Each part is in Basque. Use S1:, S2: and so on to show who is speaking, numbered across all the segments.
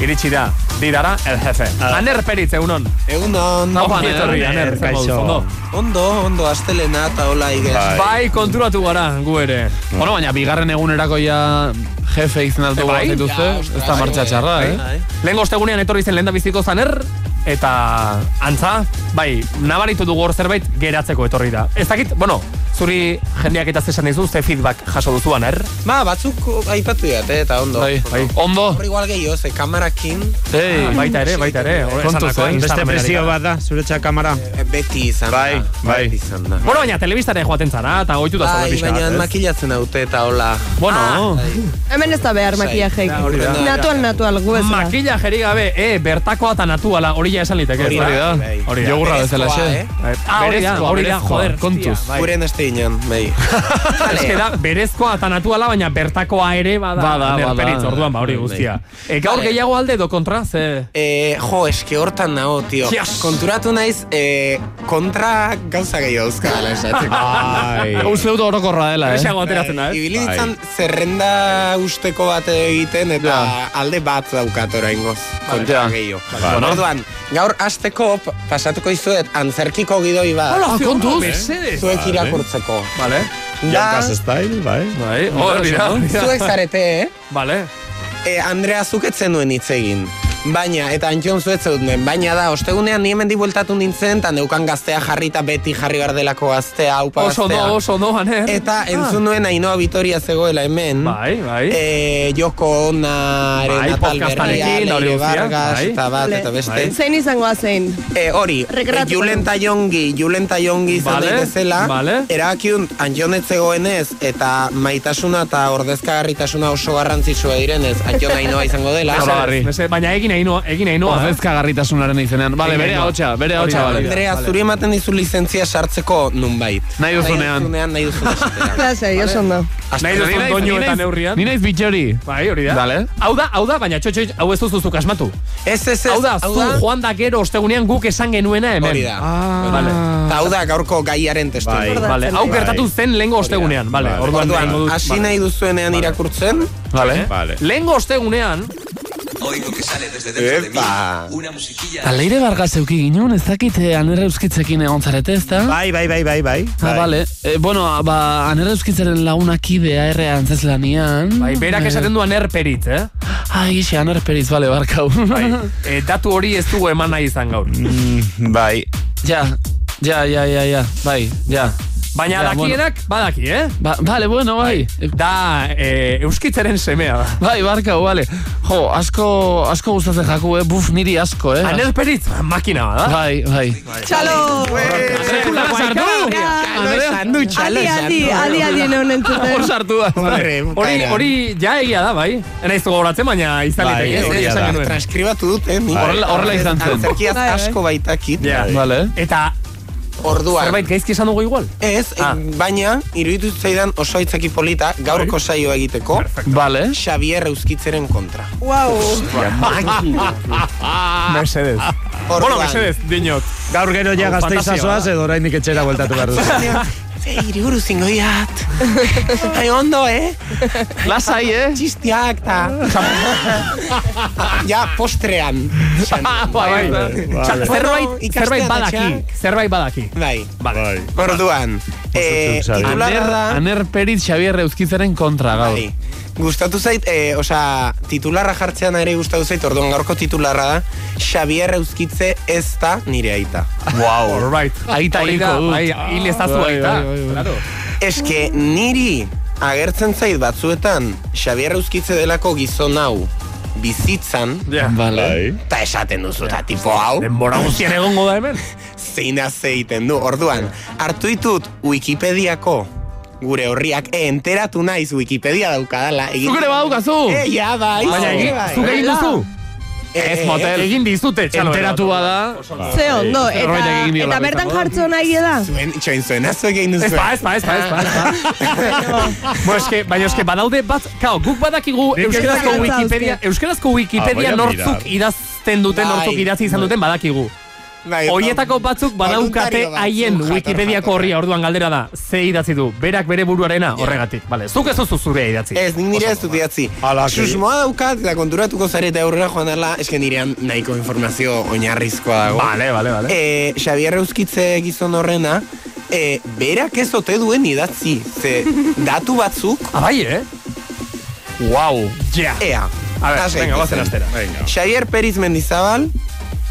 S1: iritsi da, didara, el jefe. Aner peritz, egunon.
S2: Egun on.
S1: Hau etorri,
S3: Aner,
S1: aner, eh? zer moduz,
S3: kaixo.
S1: ondo.
S2: Ondo, ondo, astelena eta hola igez.
S3: Bai.
S1: Bai, konturatu gara, gu ere.
S3: Bueno, baina bigarren egunerako ja jefe izendatu
S1: Bai?
S3: bat dituzte.
S2: Ja,
S3: Ez da
S2: bai,
S3: martxa
S2: bai,
S3: txarra,
S2: bai,
S3: eh?
S2: bai.
S1: Lehen ostegunean etorri zen lehen biziko zaner, eta antza, bai, nabaritu dugu hor zerbait geratzeko etorri da. Ez dakit, bueno, zuri jendeak eta zesan dizu, ze feedback jaso duzu aner.
S2: Ba, batzuk aipatu didate eta ondo.
S3: Bai,
S2: Ondo.
S3: bai. Ondo.
S2: Hor igual gehiago, ze kamerakin
S3: Ei,
S1: Ah, Baita ere, baita ere. hor esan
S3: Kontuz,
S1: dakoa,
S3: eh?
S1: Instagramen ari
S4: Beste presio
S1: gara.
S4: bat da, zuretxa kamara.
S2: eh, beti izan
S4: Bai,
S2: da.
S4: bai.
S2: Beti izan da.
S1: Bueno, baina, telebistaren joaten zara, eta goitu da zara
S2: Bai,
S1: pixka.
S2: baina Ah, bai.
S1: bat, ez?
S2: makilatzen haute eta hola.
S1: Bueno,
S5: Hemen ez da behar
S2: Zai,
S5: makillajeik.
S2: da, hori da.
S5: Natual, natual, gu bezala.
S1: makilla jeri gabe, e, bertakoa eta natuala, hori ja esan liteke.
S2: Hori
S1: ez
S3: Hori da,
S2: Bai.
S1: Hori da.
S3: jogurra bezala
S2: Berezkoa,
S3: xe.
S2: eh?
S1: Ah, hori da,
S3: Berezkoa,
S1: hori da,
S3: berezkoa,
S1: joder.
S3: kontuz.
S1: hostia, bai.
S2: Guren este ginen, bai.
S1: Ez que da, berezkoa eta natuala, baina bertakoa ere bada.
S3: Bada, bada.
S1: Nerperitz, orduan, ba, hori
S3: Bai, bai.
S1: guztia. E, gaur
S2: Vale.
S1: gehiago alde edo kontra, ze...
S2: Eh, jo, eske hortan nago, tio.
S1: Yes.
S2: Konturatu naiz, eh, kontra gauza gehiago euskala esatzeko.
S1: Ah,
S3: Uste dut orokorra dela, eh?
S1: Esago ateratzen da,
S2: Bai,
S1: ez?
S2: Ibili ditzan zerrenda usteko bat egiten eta
S3: Ja.
S2: alde bat daukat oraingoz. Kontra
S3: Ja.
S2: gehiago.
S3: Bueno.
S2: Orduan, gaur asteko p- pasatuko izuet antzerkiko gidoi bat
S1: Ah, kontuz?
S2: zuek
S4: Vale.
S2: irakurtzeko.
S1: Vale.
S2: Da,
S4: Jaukas style, bai.
S1: Bai, oh, hor, dira.
S2: zuek zarete, eh?
S1: Vale.
S2: E, Andrea zuketzen duen hitz egin. Baina, eta antxon zuetzen duen, baina da, ostegunean ni hemen bueltatu nintzen, eta neukan gaztea jarrita beti jarri behar delako gaztea, haupa
S1: Oso
S2: gaztea.
S1: no, oso no, aner.
S2: Eta entzun nuen Ainoa Vitoria zegoela hemen.
S1: Bai, bai.
S2: Eh, Joko Onaren
S1: Bai,
S2: atal berria,
S1: podcastarekin, hori
S2: Leire
S1: guztia,
S2: Vargas,
S1: bai.
S2: eta bat,
S5: Vale.
S2: eta beste.
S1: Bai.
S5: Zein izango zein?
S2: Eh, hori, eh,
S5: Rekreatuko
S2: Julen
S5: dugu.
S2: Taiongi, Julen Taiongi izan
S1: Vale,
S2: daitezela,
S1: vale.
S2: erabakiun Antjonet zegoenez, eta maitasuna eta ordezkagarritasuna oso garrantzitsua direnez, Antion Ainoa izango dela.
S3: Oso garri.
S1: Beste, Baina egin egin egin egin noa.
S3: Ordezka garritasunaren izenean. Bale, bere ahotsa, bere ahotsa,
S1: Hori da,
S3: bale.
S1: hori
S2: Andrea, zuri ematen dizu lizentzia sartzeko nunbait.
S3: Nahi duzunean.
S2: Nahi duzunean, nahi duzunean.
S5: Lasai, oso ondo.
S1: Nahi duzun
S3: Ni naiz-
S1: doinu
S3: ni
S1: eta
S3: naiz-
S1: neurrian.
S3: Ni naiz bitxori.
S1: Bai, hori da.
S3: Dale.
S1: Hau da, hau da, baina txotxo, hau ez duzuzuk asmatu.
S2: Ez, ez, ez.
S1: Hau da, zu Ah. joan da gero ostegunean guk esan genuena hemen.
S2: Hori da. Ah.
S1: Vale.
S2: Eta hau da gaurko gaiaren testu.
S4: Bai.
S1: Vale, hau
S4: Bai.
S1: gertatu zen lehengo ostegunean, vale.
S4: Vale.
S1: Orduan,
S2: Orduan,
S1: lehengo dut-
S2: hasi
S1: vale. Eh?
S2: nahi duzuenean irakurtzen,
S3: Vale.
S4: Vale.
S1: Lehengo ostegunean,
S6: Hoy lo que sale desde dentro de mí,
S2: Epa.
S6: una musiquilla
S3: Leire Vargas euki ginen, ez dakite anerra euskitzekin egon zarete, ez da?
S4: Bai, bai, bai, bai, bai.
S3: Ah, bale. E, bueno, ba, anerra euskitzaren lagunakidea erre antzeslanean.
S1: bai, berak esaten du aner perit, eh?
S3: Ah, egixe, anerra periz, bale, barkau.
S1: Bai, e, datu hori ez dugu eman nahi izan gaur.
S4: Mm, bai.
S3: Ja, ja, ja, ja, ja, bai, ja.
S1: Baina
S3: Ja,
S1: dakienak, badaki, eh?
S3: Ba, bale, bueno, bai. E,
S1: Da, e, euskitzaren semea da.
S3: Bai, barkau, bale. Jo, asko, asko gustatzen jaku, eh? Buf, niri asko, eh?
S1: Aner perit, makina bada.
S3: Bai, bai.
S5: Txalo!
S1: Sekula sartu!
S5: Adi, adi, adi, adi, neon entzuten.
S3: sartua.
S2: Horre,
S1: Hori, hori ja egia da, bai. Naiz gogoratzen, baina izan
S4: Bai,
S1: liteke, ez,
S4: egia
S1: esan
S4: da.
S1: genuen.
S2: transkribatu dut, eh? ni.
S3: Horrela, horrela izan zen.
S2: Antzerkiaz
S5: Bai, bai.
S2: asko baitakit.
S1: Ja.
S3: Vale.
S1: Eh? Eta
S3: Bai.
S2: Orduan,
S1: zerbait gaizki esan dugu igual.
S2: ez, eh,
S1: Ah.
S2: baina, iruditu zaidan oso aitzaki polita gaurko saioa egiteko,
S3: Vale.
S2: Xavier Euskitzeren kontra.
S5: Wow.
S1: Mercedes. Bueno, Mercedes, dinot.
S4: Gaur gero ja
S1: Hau,
S4: gazteiz
S1: fantasia,
S4: azoaz, edo oraindik etxera bueltatu behar duzu.
S2: Ze hiriburu zingo diat. Ai, ondo, eh?
S3: Lasai, eh?
S2: Txistiak eta... ja, postrean. esan nuen.
S1: Bai, bai. Sa- Zerbait,
S2: Bueno, ikastea
S1: zerbait
S2: da,
S1: badaki. Zerbait badaki.
S2: Bai.
S4: Bai.
S2: Orduan, eh,
S4: Oso txuk, Xavier.
S2: titularra
S3: Aner,
S2: da...
S3: aner perit Xavier Euskitzaren kontra gaur.
S2: Bai. Gustatu zait, eh, osea, titularra jartzean ere gustatu zait, orduan gaurko titularra da Xavier Euskitze ez da nire aita.
S1: Wow. All right.
S3: Aita
S1: Hori da,
S3: hilko dut.
S1: Bai, hil ezazu
S3: Bai,
S1: aita.
S3: bai, bai, bai.
S1: Claro.
S2: Eske niri agertzen zait batzuetan Xavier Euskitze delako gizon hau bizitzan
S1: Ja.
S3: Vale.
S4: Bai.
S2: eta esaten duzu eta tipo hau
S1: Denbora guztien egongo da hemen.
S2: zein zeiten du. Orduan, hartu ditut Wikipediako gure horriak e, enteratu naiz Wikipedia daukadala. egin-
S3: Zuk ere badaukazu.
S2: Eh, ja, bai.
S1: Baina
S2: zuk
S1: egin,
S2: bai.
S1: zuk egin duzu.
S2: Eh,
S3: Ez
S2: eh,
S3: motel.
S1: Egin dizute, txalo.
S3: Enteratu bada.
S2: Ba,
S5: Ze ondo, eta,
S3: Zerbait egin diola
S5: eta bertan
S3: bezala.
S5: jartzo nahi da.
S2: Zuen, itxoin zuen, azu egin duzu.
S1: Ez pa, ez pa, ez pa, ez pa, ez pa. Bueno, eske, baina eske badaude bat, kao, guk badakigu
S4: Nik ez
S1: euskarazko
S5: dakit.
S1: Wikipedia, euskarazko Wikipedia
S4: Ah, voy a
S1: nortzuk
S4: mirar.
S1: idazten duten,
S2: Bai.
S1: nortzuk idatzi izan duten badakigu.
S2: Bai,
S1: Hoietako batzuk badaukate
S2: Voluntario batzuk,
S1: haien
S2: jator,
S1: Wikipediako
S2: jator.
S1: horri orduan galdera da. Ze idatzi du, berak bere buruarena horregatik. Vale, zuk ez duzu zure idatzi.
S2: Ez, nik nire ez dut idatzi.
S4: Ala, que-
S2: Susmoa daukat, eta konturatuko zarete aurrera joan dela, eske nirean nahiko informazio oinarrizkoa dago.
S1: Vale, vale, vale.
S2: E, Xabier Euskitze gizon horrena, e, berak ez ote duen idatzi. Ze, datu batzuk,
S1: Ah, bai, eh? Wow, ja.
S2: ea.
S1: A ver,
S2: Hasi
S1: venga,
S2: gaitezen.
S1: bazen astera.
S2: Xavier Periz Mendizabal,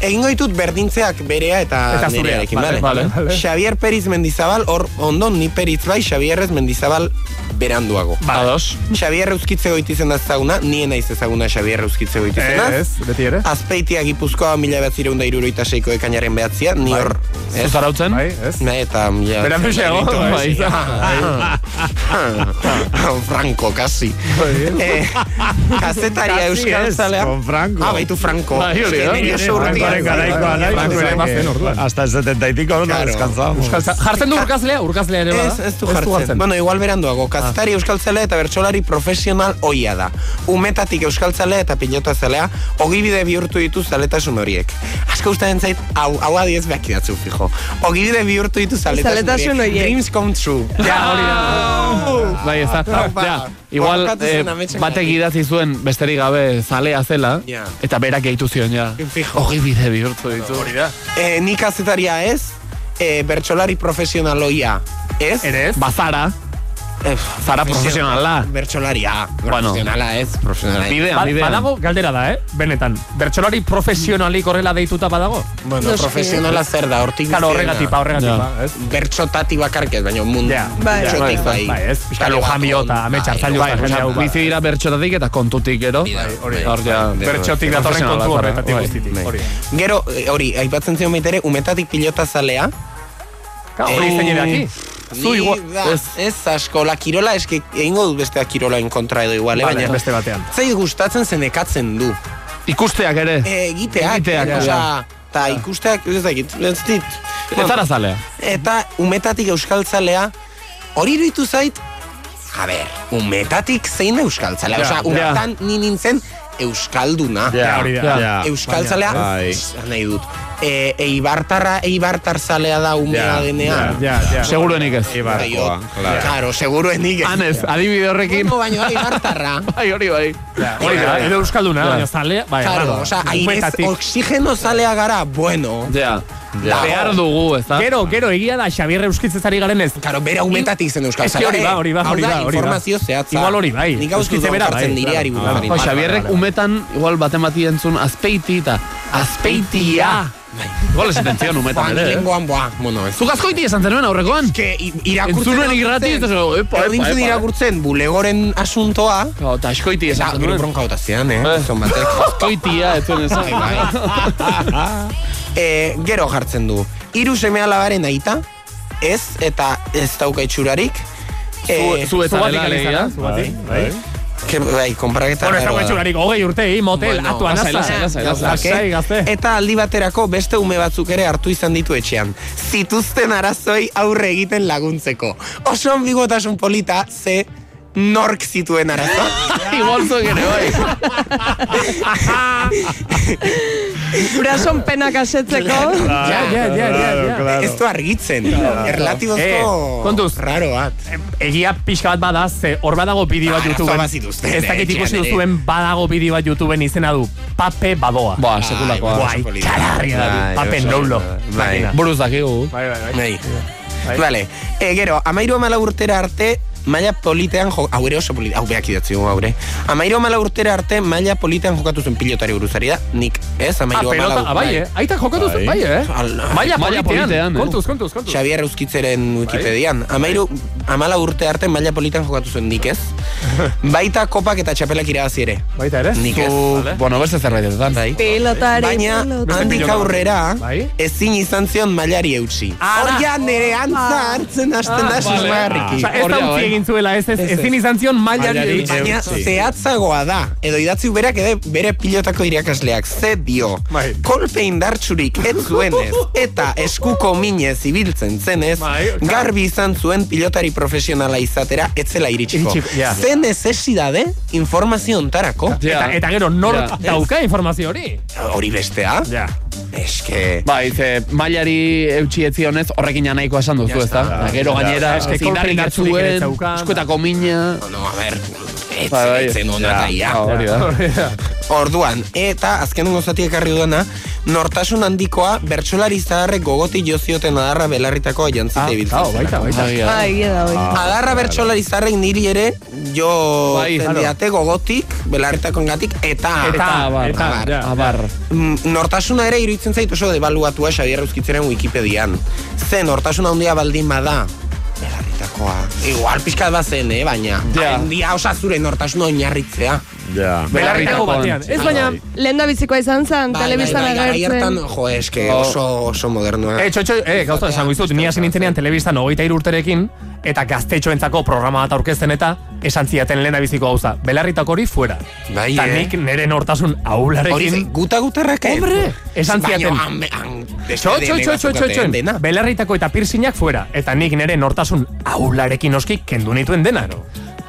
S2: egingo ditut berdintzeak berea eta,
S1: Eta zurea,
S2: nerearekin,
S1: vale,
S2: bale?
S1: vale, vale.
S2: Xavier Periz Mendizabal, hor ondon ni Periz bai, Xavier ez Mendizabal beranduago.
S1: Ba,
S4: Ados.
S2: Xavier Euskitze goitizen da ezaguna, nien naiz ezaguna Xavier Euskitze goitizena.
S4: Ez, beti
S2: Ah.
S4: ere.
S2: Azpeitia gipuzkoa mila batzireunda iruroita seiko ekainaren behatzia, ni hor... Ez,
S1: zarautzen?
S4: Bai, ez.
S2: Ne, eta mila...
S1: Berandu xeago,
S2: eh,
S1: bai.
S2: Franco, kasi. Eh, Kazetaria
S4: Bai, Kasi
S2: euskal
S4: ez,
S2: zalea.
S4: con Franco.
S2: Ah, baitu Franco.
S1: Bai, hori da.
S2: Eske niri oso urruti
S4: Francoren
S2: gertzen
S4: Bai, garaikoa
S2: zait.
S4: nahi,
S1: Franco ere
S4: que-
S1: bazen orduan.
S4: Hasta el 75 no
S2: Claro.
S4: descansamos.
S1: Euskal Za- Jartzen du urkazlea, urkazlea ere
S2: Ez,
S1: bada.
S2: ez du jartzen. Ah. Bueno, igual beranduago. Kazetari euskaltzalea eta bertsolari profesional oia da. Umetatik euskaltzalea eta pilota zalea, ogibide bihurtu ditu zaletasun horiek. Asko ustean zait, hau, hau adiez behak idatzu, fijo. Ogibide bihurtu ditu zaletasun,
S5: Zaletasun horiek.
S2: Dreams come true.
S1: Ja, hori da. Bai, ez da. Ja,
S3: Igual
S2: Borrokatu
S3: eh,
S2: zen ametsen
S3: batek
S2: gainetik.
S3: idatzi zuen besterik gabe zalea zela
S2: Ja.
S3: eta berak gehitu zion ja.
S2: Fijo.
S3: Hori bide bihurtu ditu.
S2: Eh, ni kazetaria ez, eh, bertsolari profesional oia ez.
S1: Ere ez?
S3: Bazara,
S2: Eh,
S3: Ba, zara profesionala.
S2: Bertsolaria.
S3: Bueno.
S2: Profesionala ez, profesionala. ez.
S3: Bidean,
S1: Ba-
S3: bidean.
S1: Badago, galdera da, eh? Benetan. Bertsolari profesionalik horrela deituta badago?
S2: Bueno,
S5: Noski.
S2: profesionala zer da, hortik
S1: Kalo,
S2: biziena.
S1: horregatik, pa, horregatik,
S3: Ja.
S1: ba, ez?
S2: bertxotatik bakarrik ez, baina mundu
S1: Ja,
S5: Bai.
S2: bertxotik bai.
S1: Bai, ez? Pixka lujambio eta amets hartzailu
S3: Bai,
S1: eta jende hau, ba.
S3: bizi dira bertxotatik eta kontutik gero.
S2: Bai,
S1: bai,
S2: hori da.
S3: Hor ja.
S2: Bai,
S1: Bertxotik datorren
S3: Profesionala
S1: kontu
S3: zara,
S1: horretatik
S3: bai.
S1: guztitik. Hori.
S2: Gero, eh, hori, aipatzen zion baitere, umetatik pilota zalea.
S1: Ka, Hori
S2: Eh,
S1: zein ere daki? Zu
S2: Ni
S1: igual.
S2: da, ez. asko, la kirola eski egingo dut bestea kirolaen kontra edo iguale,
S1: Vale,
S2: baina
S1: beste batean.
S2: Zei gustatzen zen ekatzen du.
S3: Ikusteak ere.
S2: Eh, egiteak,
S3: Egiteak,
S2: eh,
S3: ja.
S2: osea, eta ikusteak, ez dakit, ez dit.
S3: Ez zara zalea.
S2: Eta umetatik euskaltzalea, hori iruditu zait, a ber, umetatik zein da euskaltzalea?
S1: Ja,
S2: Osea,
S1: ja.
S2: umetan ni nintzen euskalduna.
S1: Ja, hori da.
S3: Ja.
S2: Euskaltzalea,
S4: Bai.
S2: esan nahi dut. E, eibartarra, eibartarzalea da umea
S4: Ja,
S2: denean.
S1: Ja, ja.
S3: Seguruenik ez.
S2: Eta jo,
S4: Ibarkoa,
S1: Bai,
S2: Claro,
S4: claro.
S2: seguruenik ez.
S3: Anez, adibide horrekin.
S2: Bueno, baina eibartarra.
S3: Bai, hori bai.
S1: Hori da, edo euskalduna, baina zalea, bai,
S2: Claro,
S1: barba.
S2: osea, airez,
S1: Umetatik.
S2: oxigeno zalea gara, bueno.
S3: Ja.
S2: Ja.
S3: Behar dugu,
S2: Ah.
S3: ez da?
S1: Gero, gero egia da Xabier Euskitzez ari garen ez.
S2: Claro, bera umetatik zen
S1: Eske
S2: euskaltzalea. eh.
S1: hori ba, hori ba,
S2: Hau
S1: hori
S2: da,
S1: ba, hori ba.
S2: informazio zehatza.
S1: Igual hori bai.
S2: Nik hau
S1: Euskitze
S2: zuzen
S1: bera, bai,
S2: jartzen nire
S1: claro.
S2: ari buruz ari
S3: Jo,
S2: naiz.
S3: Xabierrek umetan, igual baten bati entzun, azpeiti eta azpeitia. Igual esaten zion umetan
S2: Joan,
S3: ere, eh?
S2: lengoan boa, bueno, ez.
S3: Zuk askoiti esan zenuen aurrekoan?
S2: Ke, i- irakurtzen...
S3: Entzun nuen
S2: hau
S3: irrati,
S2: nintzen.
S3: eta eh, bai, zo, epa,
S2: Hau
S3: epa,
S2: nintzen
S3: epa, epa.
S2: irakurtzen bulegoren asuntoa,
S3: Gau, eta askoiti
S2: eta
S3: esan
S2: gero
S3: zenuen.
S2: bronka otazian, eh? Zon batek.
S3: Askoitia, ez zuen
S1: Bai,
S3: esan.
S2: e, gero jartzen du. Hiru seme alabaren aita, ez, eta ez dauka itxurarik.
S3: Zu-
S2: E,
S3: Zu eta
S1: Eh, Zugatik
S3: dela
S1: ari
S3: legia.
S1: zara, zugatik.
S4: Bai.
S2: ke, bai, konparaketa
S1: Bueno, ez dago
S2: berroa da.
S1: etxurarik, hogei urte, hi, motel,
S2: Bueno,
S1: atu
S3: lasai,
S1: anaza.
S3: lasai, lasai, lasai.
S1: Lasai, gazte.
S2: Eta aldi baterako beste ume batzuk ere hartu izan ditu etxean. Zituzten arazoi aurre egiten laguntzeko. Oso ambigotasun polita, ze nork zituen arazo.
S3: Igual zuen ere, bai.
S2: Ah.
S5: Gurason penak asetzeko.
S1: Ja, ja, ja, ja, ja.
S2: Ez du argitzen. Erlatibozko
S1: Eh, kontuz.
S2: raro ah. bat.
S1: Egia pixka bat bada, ze hor badago bideo bat
S2: Arazo
S1: YouTubeen.
S2: bat zituzten,
S1: Ez dakit
S2: eh,
S1: ikusi
S2: etxean ere.
S1: duzuen badago bideo bat YouTubeen izena du. Pape badoa.
S3: Ba,
S2: Ai,
S3: sekulakoa.
S2: oso
S1: Guai,
S2: polita.
S1: kararria da.
S2: Bai,
S1: du. Pape
S2: oso
S1: noulo.
S2: polita. Bai.
S1: Makina.
S3: Buruz dakigu.
S1: Bai, bai, bai.
S2: Bai. Vale. E, gero, amairu amala urtera arte, maila politean jo... Hau ere oso Ah, polita, hau behak idatzi dugu, hau ere. Amairu amala urtera arte, maila politean jokatu zen pilotari buruzari da, nik, ez?
S1: Ah,
S2: Amairu
S1: pelota, ah, bai, eh? Aita jokatu zuen, bai, eh?
S2: Ala.
S1: Maila
S3: Maila
S1: politean.
S3: politean, eh.
S1: Kontuz, kontuz, kontuz.
S2: Xabier Euskitzeren Wikipedian. Amairu, amala urte arte maila politan jokatu zuen nik ez. Baita kopak eta txapelak irabazi ere.
S1: Baita ere?
S2: Nik ez.
S3: Bueno, beste zerbaitetan.
S1: Bai.
S5: Pilotari,
S2: Baina
S5: pilotari.
S2: handik
S1: pilota.
S2: aurrera
S1: Bai.
S2: ezin izan zion mailari eutsi.
S1: Ara.
S2: Horja nere antza hartzen hasten da
S1: Ah.
S2: susmagarriki.
S1: Osa, ez
S3: Hori
S1: da
S3: da,
S1: utzi
S3: bai.
S2: ¿eh?
S1: egin zuela, ez, ez,
S2: Ez, ez.
S1: ezin izan zion mailari.
S4: Mailari.
S2: Baina
S4: eutsi.
S2: zehatzagoa da, edo idatzi berak ere bere pilotako irakasleak, ze dio,
S1: Bai.
S2: kolpe indartsurik ez zuenez, eta eskuko minez ibiltzen zenez,
S1: Bai, claro.
S2: garbi izan zuen pilotari profesionala izatera etzela iritsiko.
S1: Iritsiko, ja.
S2: Ze necesidade informazio ontarako?
S3: Ja.
S1: Eta, eta gero, nor
S3: Ja.
S1: dauka informazio hori?
S2: Hori bestea?
S1: Ja.
S2: Eske...
S3: Bai, ze mailari eutxi etzionez horrekin nahiko esan duzu, ezta? Da, Gero gainera,
S1: Eske,
S3: ez
S1: kolpe
S3: indarrik
S1: indartsurik ere
S3: hartzuen,
S1: zeukan, da.
S3: eskuetako mina...
S2: No, a ber,
S3: Bai, bai.
S2: etzen, etzen ona
S4: Ja,
S2: da, ia.
S3: Ah, hori da.
S2: Orduan, eta azkenengo zati ekarri dudana, nortasun handikoa bertsolari zaharrek gogotik jozioten adarra belarritako
S3: Ah,
S2: jantzite
S1: Claro,
S2: ibiltzen.
S1: baita, baita.
S3: Hori da.
S5: Bai, egia da, hori.
S2: Adarra bertsolari zaharrek niri ere jo
S3: Ah, Bai, claro.
S2: zendiate gogotik, belarritako engatik, eta...
S1: Eta,
S3: abar,
S1: eta,
S3: abar,
S1: ja.
S3: abar.
S2: Mm, nortasuna ere iruditzen zait oso debaluatua Xabier Euskitzeren Wikipedian. Ze nortasuna handia baldin bada, belarritakoa. Igual pixka bat zen, eh, baina.
S3: Ja.
S2: Handia osa zure nortasuna oinarritzea.
S4: Ja.
S1: Belarritako batean. Ez baina,
S2: bai,
S5: Lehen da bizikoa izan zen, telebistan
S2: garai bai, hartan,
S5: agertzen.
S2: jo, eske oso, oso modernoa.
S1: Oh. Eh, txotxo, eh, gauza esango izut, ni hasi nintzenean telebistan hogeita hiru urterekin, eta gaztetxoentzako programa bat aurkezten eta esan ziaten lehena biziko gauza. Belarritako hori fuera.
S2: Bai,
S1: Eta
S2: eh.
S1: nik nire nortasun
S2: Hori ze,
S1: aularekin...
S2: guta gutarrak eh?
S1: Hombre, esan ziaten. Txo, txo, txo, txo, txo, txo,
S2: dena.
S1: belarritako eta piercingak fuera, eta nik nire nortasun aularekin noski kendu nituen dena, no?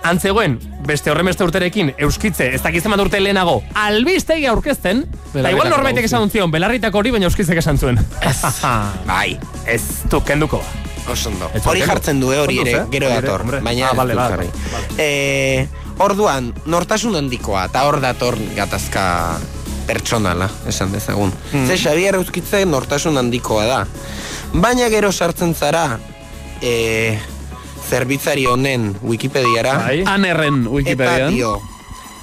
S1: Antzegoen, beste horren beste urterekin, euskitze, ez dakitzen bat urte lehenago, albistegi aurkezten, eta igual
S3: Belarritako
S1: norbaitek
S3: guzti.
S1: esan zion, belarritako hori, baina euskitzek esan zuen.
S2: Bai,
S1: ez du kenduko.
S2: oso ondo.
S1: Ez
S2: Hori
S1: aurtengo.
S2: jartzen du, eh, hori
S1: Ondo,
S2: ere,
S1: ze?
S2: gero
S1: Hori ere,
S2: dator.
S1: hombre.
S2: Baina
S1: Ah,
S2: ez
S1: bale,
S2: dut
S1: bale,
S2: jarri.
S1: bale.
S2: Eh, orduan, nortasun handikoa, eta hor dator gatazka pertsonala, esan dezagun.
S1: Hmm.
S2: Ze Xabier Euskitze nortasun handikoa da. Baina gero sartzen zara, eh, zerbitzari honen Wikipediara,
S1: Bai.
S3: Anerren
S2: Eta
S3: Wikipedian.
S2: dio,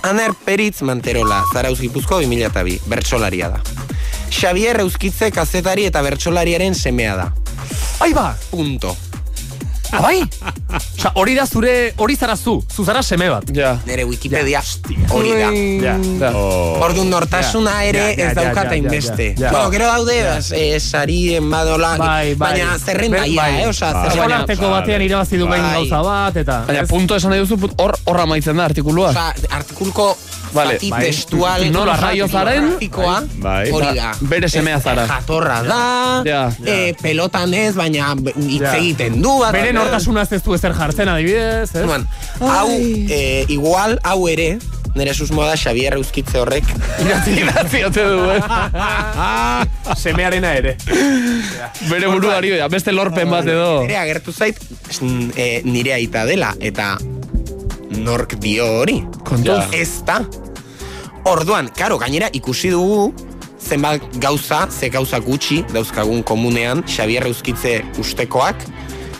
S2: Aner Peritz Manterola, Zarauz Gipuzko 2002, bertsolaria da. Xavier Euskitze kazetari eta bertsolariaren semea da.
S1: Ai ba,
S2: Punto.
S1: abai! Osa, hori da zure, hori zara zu, zu zara seme bat.
S3: Ja.
S2: Nere Wikipedia hori da.
S1: Ja.
S3: da.
S2: Orduan nortasuna
S1: Ja,
S2: ere
S1: ja, ja,
S2: ez
S1: ja, ja,
S2: daukata
S1: ja,
S2: inbeste.
S1: ja, ja.
S2: Bueno, gero daude, eh, sarien badola,
S1: Bai, bai.
S2: baina zerrenda
S1: Ber-
S2: ia,
S1: bai.
S2: eh? Osa,
S4: Bai.
S2: zerrenda.
S4: Eskolarteko
S1: Arteko batean irabazi du behin
S2: Bai.
S1: gauza bat, eta...
S3: Baina,
S1: Ez?
S3: punto esan nahi duzu, put- hor hor amaitzen da artikulua.
S2: Osa, artikulko
S3: Vale,
S2: zati
S1: bai.
S2: testual,
S3: Nola jaio zaren?
S2: grafikoa,
S4: Bai.
S2: hori da.
S3: Bere semea zara.
S2: Jatorra da,
S3: Ja.
S2: eh, pelotan ez, baina b- hitz
S1: Ja.
S2: egiten du. bat-
S1: Bere nortasunaz ez du ezer jartzen adibidez, ez?
S2: Orduan, hau, eh, igual, hau ere, nire susmoa da Xabier Euskitze horrek.
S3: Idatzi ote du, eh?
S1: Semearena ere.
S3: Bere buruari, ja, beste lorpen bat edo.
S2: Nire agertu zait, mm, eh, nire aita dela, eta nork dio hori.
S3: Kontuz.
S2: Ez da. Orduan, karo, gainera ikusi dugu zenbat gauza, ze gauza gutxi dauzkagun komunean, Xabier Euskitze ustekoak,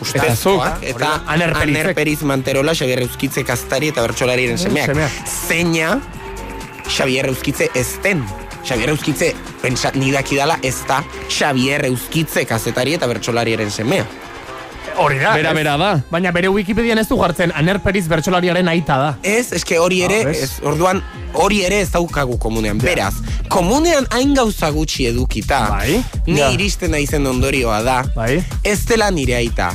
S2: ustezkoak,
S1: zuk, hori
S2: eta
S1: da, Aner Perizek.
S2: Aner Periz Manterola, Xabier Euskitze kastari eta bertsolariren semeak.
S1: semeak.
S2: Zeina, Xabier Euskitze ez den. Xabier Euskitze, pentsa, nidaki dala, ez da Xabier Euskitze kazetari eta bertsolariaren semea.
S1: Hori da.
S3: Bera,
S1: ez?
S3: bera da.
S1: Baina bere Wikipedian ez du jartzen, Aner Periz bertsolariaren aita da.
S2: Ez, eske hori ere,
S1: Ah, bez.
S2: ez, orduan, hori ere ez daukagu komunean. Beraz, komunean hain gauza gutxi edukita,
S1: Bai.
S2: ni
S1: Ja.
S2: iristen naizen ondorioa da,
S1: Bai.
S2: ez dela nire aita.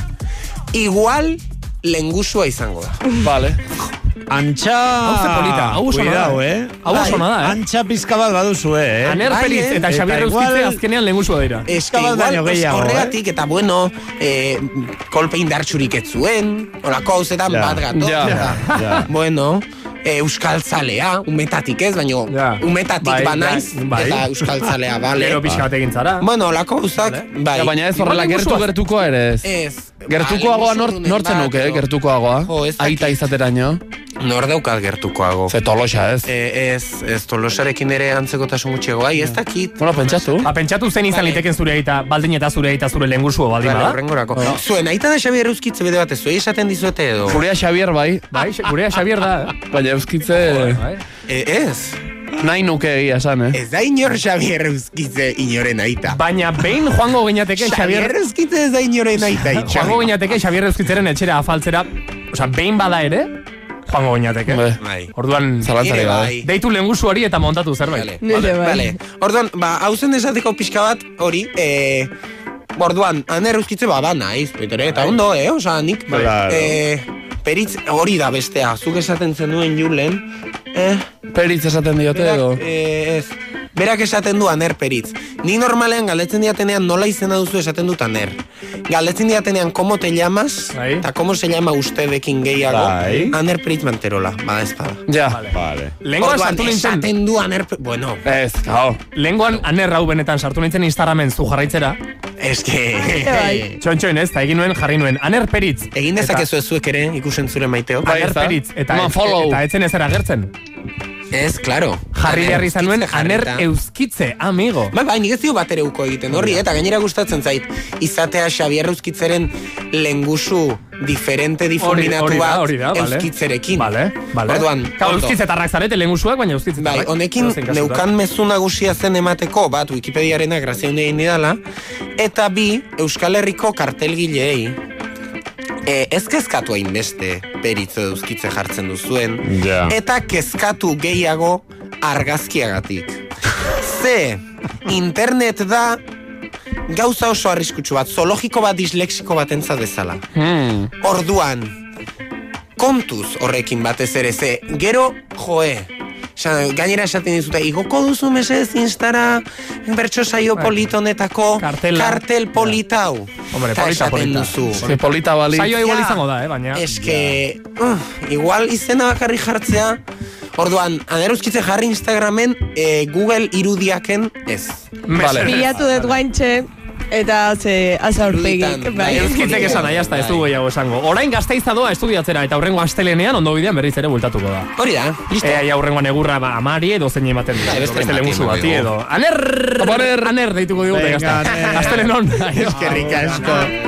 S2: Igual, lengusua izango da.
S3: Vale.
S4: Antxa...
S1: Hau ze polita, hau oso ona da.
S4: Cuidao, eh?
S1: Hau oso ona da, eh?
S4: Antxa pizka bat baduzue, eh?
S1: Aner
S2: bai,
S1: Periz
S2: eh?
S1: eta
S4: Eta
S1: Xabier Euskitze
S4: igual-
S1: azkenean lengusua dira.
S2: Eske
S4: Pixka bat
S2: igual,
S4: baino
S2: pues,
S4: gehiago, eh?
S2: horregatik, eta bueno, eh, kolpe indartxurik ez zuen, horako hauzetan
S4: Ja.
S2: bat gatoz,
S3: Ja.
S2: eta,
S4: Ja.
S2: bueno, eh, euskal zalea, umetatik ez, baino
S1: Ja.
S2: umetatik
S1: Bai,
S2: banaiz,
S1: bai, bai.
S2: eta euskal zalea, bale.
S1: Gero pixka bat egin zara.
S2: Bueno, holako gauzak, bai. Eh,
S3: Ja, baina ez horrela
S1: Igual
S3: gertu
S1: lengusua-
S3: gertukoa ere ez.
S2: Ez. bai.
S3: Gertukoagoa nor,
S2: musurunen
S3: nortzen
S2: bat,
S3: nuke, eh?
S2: edo-
S3: gertukoagoa.
S2: bai. Jo, ez dakit.
S3: Aita izateraino.
S2: Nor daukat gertukoago.
S3: Ze tolosa, ez?
S2: Eh, ez, ez tolosarekin ere antzekotasun gutxiago. Ai, ez dakit. Bai,
S3: Bueno, pentsatu.
S2: Ah.
S1: Ba, pentsatu zen izan
S2: Vale.
S1: liteken zure aita, baldin eta zure aita zure lengusua baldin
S2: Bale,
S1: bada.
S2: horrengorako.
S3: Bai.
S2: Zuen, aita da Xabi Eruzkitze bide batez, zuei esaten dizuete edo?
S3: Gurea Xavier bai,
S2: Ba.
S1: Bai, gurea Xabier da. eh?
S3: baina euskitze
S1: Bai.
S2: Eh, ez.
S3: nahi nuke egia esan, eh?
S2: Ez da inor Xabi Eruzkitze inoren aita.
S3: Ba,
S1: Baina behin joango ginateke
S2: Xabi
S1: Xabier
S2: Eruzkitze ez da inoren aita.
S1: Joango ginateke Xabier Euskitzeren etxera afaltzera, osea, behin bada ere, joango ginateke.
S3: Be,
S2: Bai.
S1: Orduan,
S3: Zalantzari
S2: Nire
S3: gabe.
S2: bai.
S1: deitu lengusu hori eta montatu
S2: Bale,
S1: zerbait.
S5: Nire
S2: bale,
S5: bai.
S2: bale. Orduan, ba, hauzen esateko pixka bat, hori, eh, orduan, aner euskitze ba, ba, naiz, Petere,
S1: Bai.
S2: eta ondo, eh, osa, nik,
S4: Claro.
S2: eh, peritz, hori da bestea, zuk esaten zenuen julen, eh,
S3: Peritz esaten diote
S2: berak,
S3: edo.
S2: eh, ez, Berak esaten du aner peritz. Ni normalean galdetzen diatenean nola izena duzu esaten dut aner. Galdetzen diatenean komo te llamas,
S1: Bai.
S2: eta komo se llama ustedekin gehiago,
S4: Bai.
S2: aner peritz manterola, ba, bada espada.
S3: Ja.
S4: Vale.
S1: Lengoan sartu nintzen,
S2: esaten du aner pe- Bueno,
S3: Ez, kao.
S1: lengoan aner hau benetan sartu nintzen Instagramen zu jarraitzera.
S2: eske...
S5: Bai.
S1: Txontxoin ez, eta egin nuen jarri nuen aner peritz.
S2: Egin dezakezu ez zuek ere, ikusen zure maiteo.
S3: Bai,
S1: Aner
S3: ezta?
S1: peritz, eta,
S3: Eman follow.
S1: eta etzen ezer agertzen.
S2: Ez, claro.
S1: Jarri
S2: Aner
S1: behar izan nuen
S2: euskitze
S1: aner
S2: jarrita.
S1: euskitze, amigo.
S2: Bai, bai, nik ez dio bat ere uko egiten horri, eta gainera gustatzen zait, izatea Xabier Euskitzeren lengusu diferente difuminatu
S1: hori da,
S2: bat
S1: hori da, bale.
S2: Euskitzerekin.
S1: Vale, vale.
S2: Orduan,
S1: Ka,
S2: ondo.
S1: euskitzetarrak zarete, lehen usuak, baina euskitzetarrak.
S2: Bai, honekin
S1: Edozein kasutan.
S2: neukan mezu nagusia zen emateko, bat Wikipediarena grazion egin didala, eta bi Euskal Herriko kartelgileei, e, ez kezkatu hainbeste peritz edo euskitze jartzen duzuen,
S4: Ja.
S2: eta kezkatu gehiago argazkiagatik. Ze, internet da gauza oso arriskutsu bat, zoologiko bat dislexiko bat bezala.
S1: Hmm.
S2: Orduan, kontuz horrekin batez ere ze, gero joe, Esan, gainera esaten dizute, igoko duzu mesedez instara bertso saio polit honetako
S1: Bai. Kartela.
S2: kartel politau.
S1: Hombre,
S2: Ta
S1: polita,
S2: esaten
S1: polita.
S2: duzu.
S3: Ze polita bali.
S1: Saioa igual izango da, eh, baina.
S2: Eske, uh, igual izena bakarri jartzea, orduan, aneruzkitze jarri Instagramen e, Google irudiaken ez.
S1: Vale.
S5: Bilatu dut guaintxe, eta ze azaurpegi.
S2: Iruditan, bai.
S5: Bai.
S1: Euskitzek esan nahi, hasta ez du gehiago esango. Orain gazteiza doa estudiatzera eta aurrengo astelenean ondo bidean berriz ere bueltatuko da.
S2: Hori da, listo.
S1: Ea, ia Eh, aurrengoan egurra ba, amari edo zein ematen dira.
S2: Bai,
S1: edo
S2: beste
S1: Beste
S2: ematen
S1: lemusu bati
S2: digu.
S1: edo. Aner! Aner deituko digute,
S4: Venga,
S1: gazta.
S4: aner.
S1: Astelenon.
S4: Eskerrik asko.